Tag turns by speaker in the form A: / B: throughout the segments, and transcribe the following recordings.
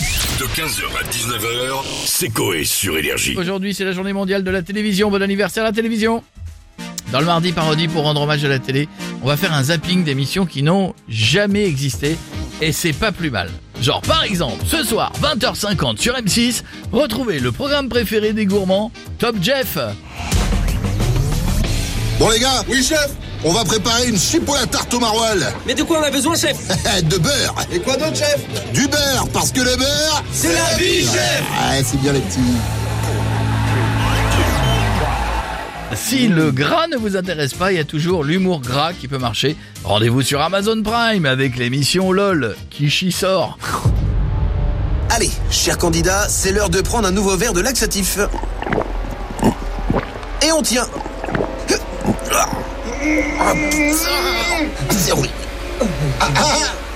A: De 15h à 19h, c'est Coé sur Énergie.
B: Aujourd'hui, c'est la journée mondiale de la télévision. Bon anniversaire à la télévision. Dans le mardi parodie pour rendre hommage à la télé, on va faire un zapping d'émissions qui n'ont jamais existé et c'est pas plus mal. Genre par exemple, ce soir 20h50 sur M6, retrouvez le programme préféré des gourmands, Top Jeff.
C: Bon les gars,
D: Oui, chef
C: on va préparer une chipotle tarte au maroilles. Eh,
E: Mais de quoi on a besoin, chef
C: De beurre.
D: Et quoi d'autre, chef
C: Du beurre, parce que le beurre...
E: C'est la vie, chef
C: Ah, c'est bien les petits.
B: Si le gras ne vous intéresse pas, il y a toujours l'humour gras qui peut marcher. Rendez-vous sur Amazon Prime avec l'émission LOL, qui chie sort.
D: Allez, cher candidat, c'est l'heure de prendre un nouveau verre de laxatif. Et on tient. Ah, putain. Zéro. Ah,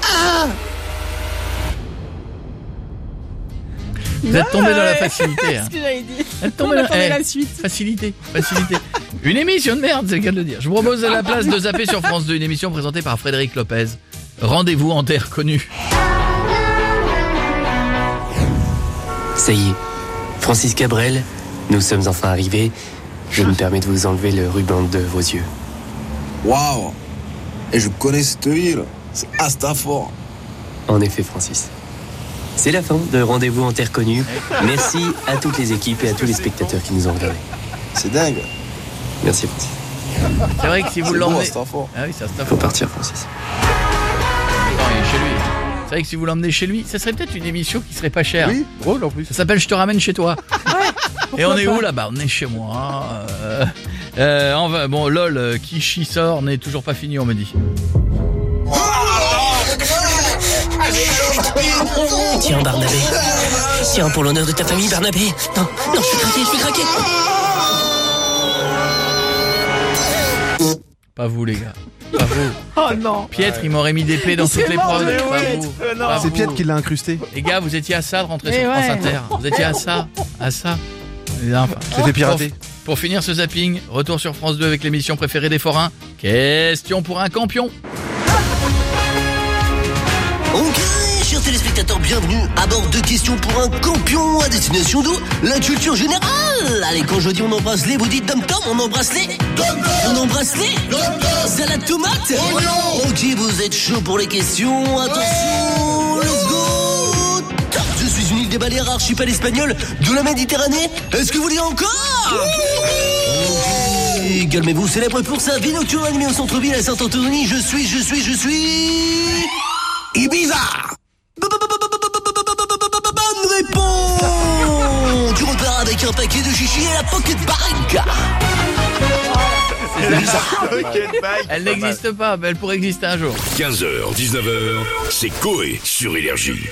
D: ah.
B: Vous êtes tombé dans la
F: Ouais.
B: facilité. hein.
F: euh, ce que j'avais dit.
B: Elle est tombée
F: On
B: là-
F: attendait
B: eh,
F: la suite.
B: Facilité, facilité. Une émission de merde, c'est le cas de le dire. Je vous propose à la place de zapper sur France 2 une émission présentée par Frédéric Lopez. Rendez-vous en terre connue.
G: Ça y est, Francis Cabrel, nous sommes enfin arrivés. Je me permets de vous enlever le ruban de vos yeux.
D: Waouh Et je connais cette ville. C'est Astafort.
G: En effet, Francis. C'est la fin de Rendez-vous en Terre Connue. Merci à toutes les équipes et à tous les spectateurs qui nous ont regardés.
D: C'est dingue.
G: Merci, Francis.
B: C'est vrai que si vous
D: C'est beau,
B: l'emmenez.
D: Astafort.
B: Ah oui, c'est un staff.
G: Faut partir, Francis.
B: Non, il est chez lui. C'est vrai que si vous l'emmenez chez lui, ça serait peut-être une émission qui serait pas chère.
C: Oui, drôle en plus.
B: Ça s'appelle Je te ramène chez toi. Et on est où là-bas On est chez moi. euh, euh, on va- bon, lol, euh, qui chie sort n'est toujours pas fini, on me dit.
G: Tiens, Barnabé. Tiens, pour l'honneur de ta famille, Barnabé. Non, non, je suis craqué, je suis craqué.
B: Pas vous, les gars. Pas vous.
F: Oh non.
B: Piètre, il m'aurait mis des plaies dans
F: Il
B: toutes
F: s'est
B: les
F: mort
B: preuves.
F: de
B: Pas
F: rire.
B: vous. Pas
H: C'est
B: vous.
H: Piet qui l'a incrusté.
B: Les gars, vous étiez à ça de rentrer
F: Mais
B: sur France
F: Euh, Eh ouais.
B: Inter. Vous étiez à ça, à ça. Et enfin,
H: C'était piraté.
B: Pour, pour finir ce zapping, retour sur France 2 avec l'émission préférée des forains. Question pour un campion.
D: Ok, chers téléspectateurs, bienvenue à bord de questions pour un campion à destination d'où La culture générale Allez, quand je dis on embrasse les, vous dites dom tom, on embrasse les On embrasse les Salade tomate Ok, vous êtes chaud pour les questions, attention, let's go Je suis une île des Baléares, archipel espagnol de la Méditerranée Est-ce que vous voulez encore Ok, Calmez-vous, célèbre pour sa vie nocturne animée au centre-ville à Saint-Anthony, je suis, je suis, je suis... Ibiza Bonne réponse Tu repars avec un paquet de chichis et la pocket bag
B: Elle n'existe pas, mais elle pourrait exister un jour.
A: 15h, 19h, c'est Coé sur Énergie.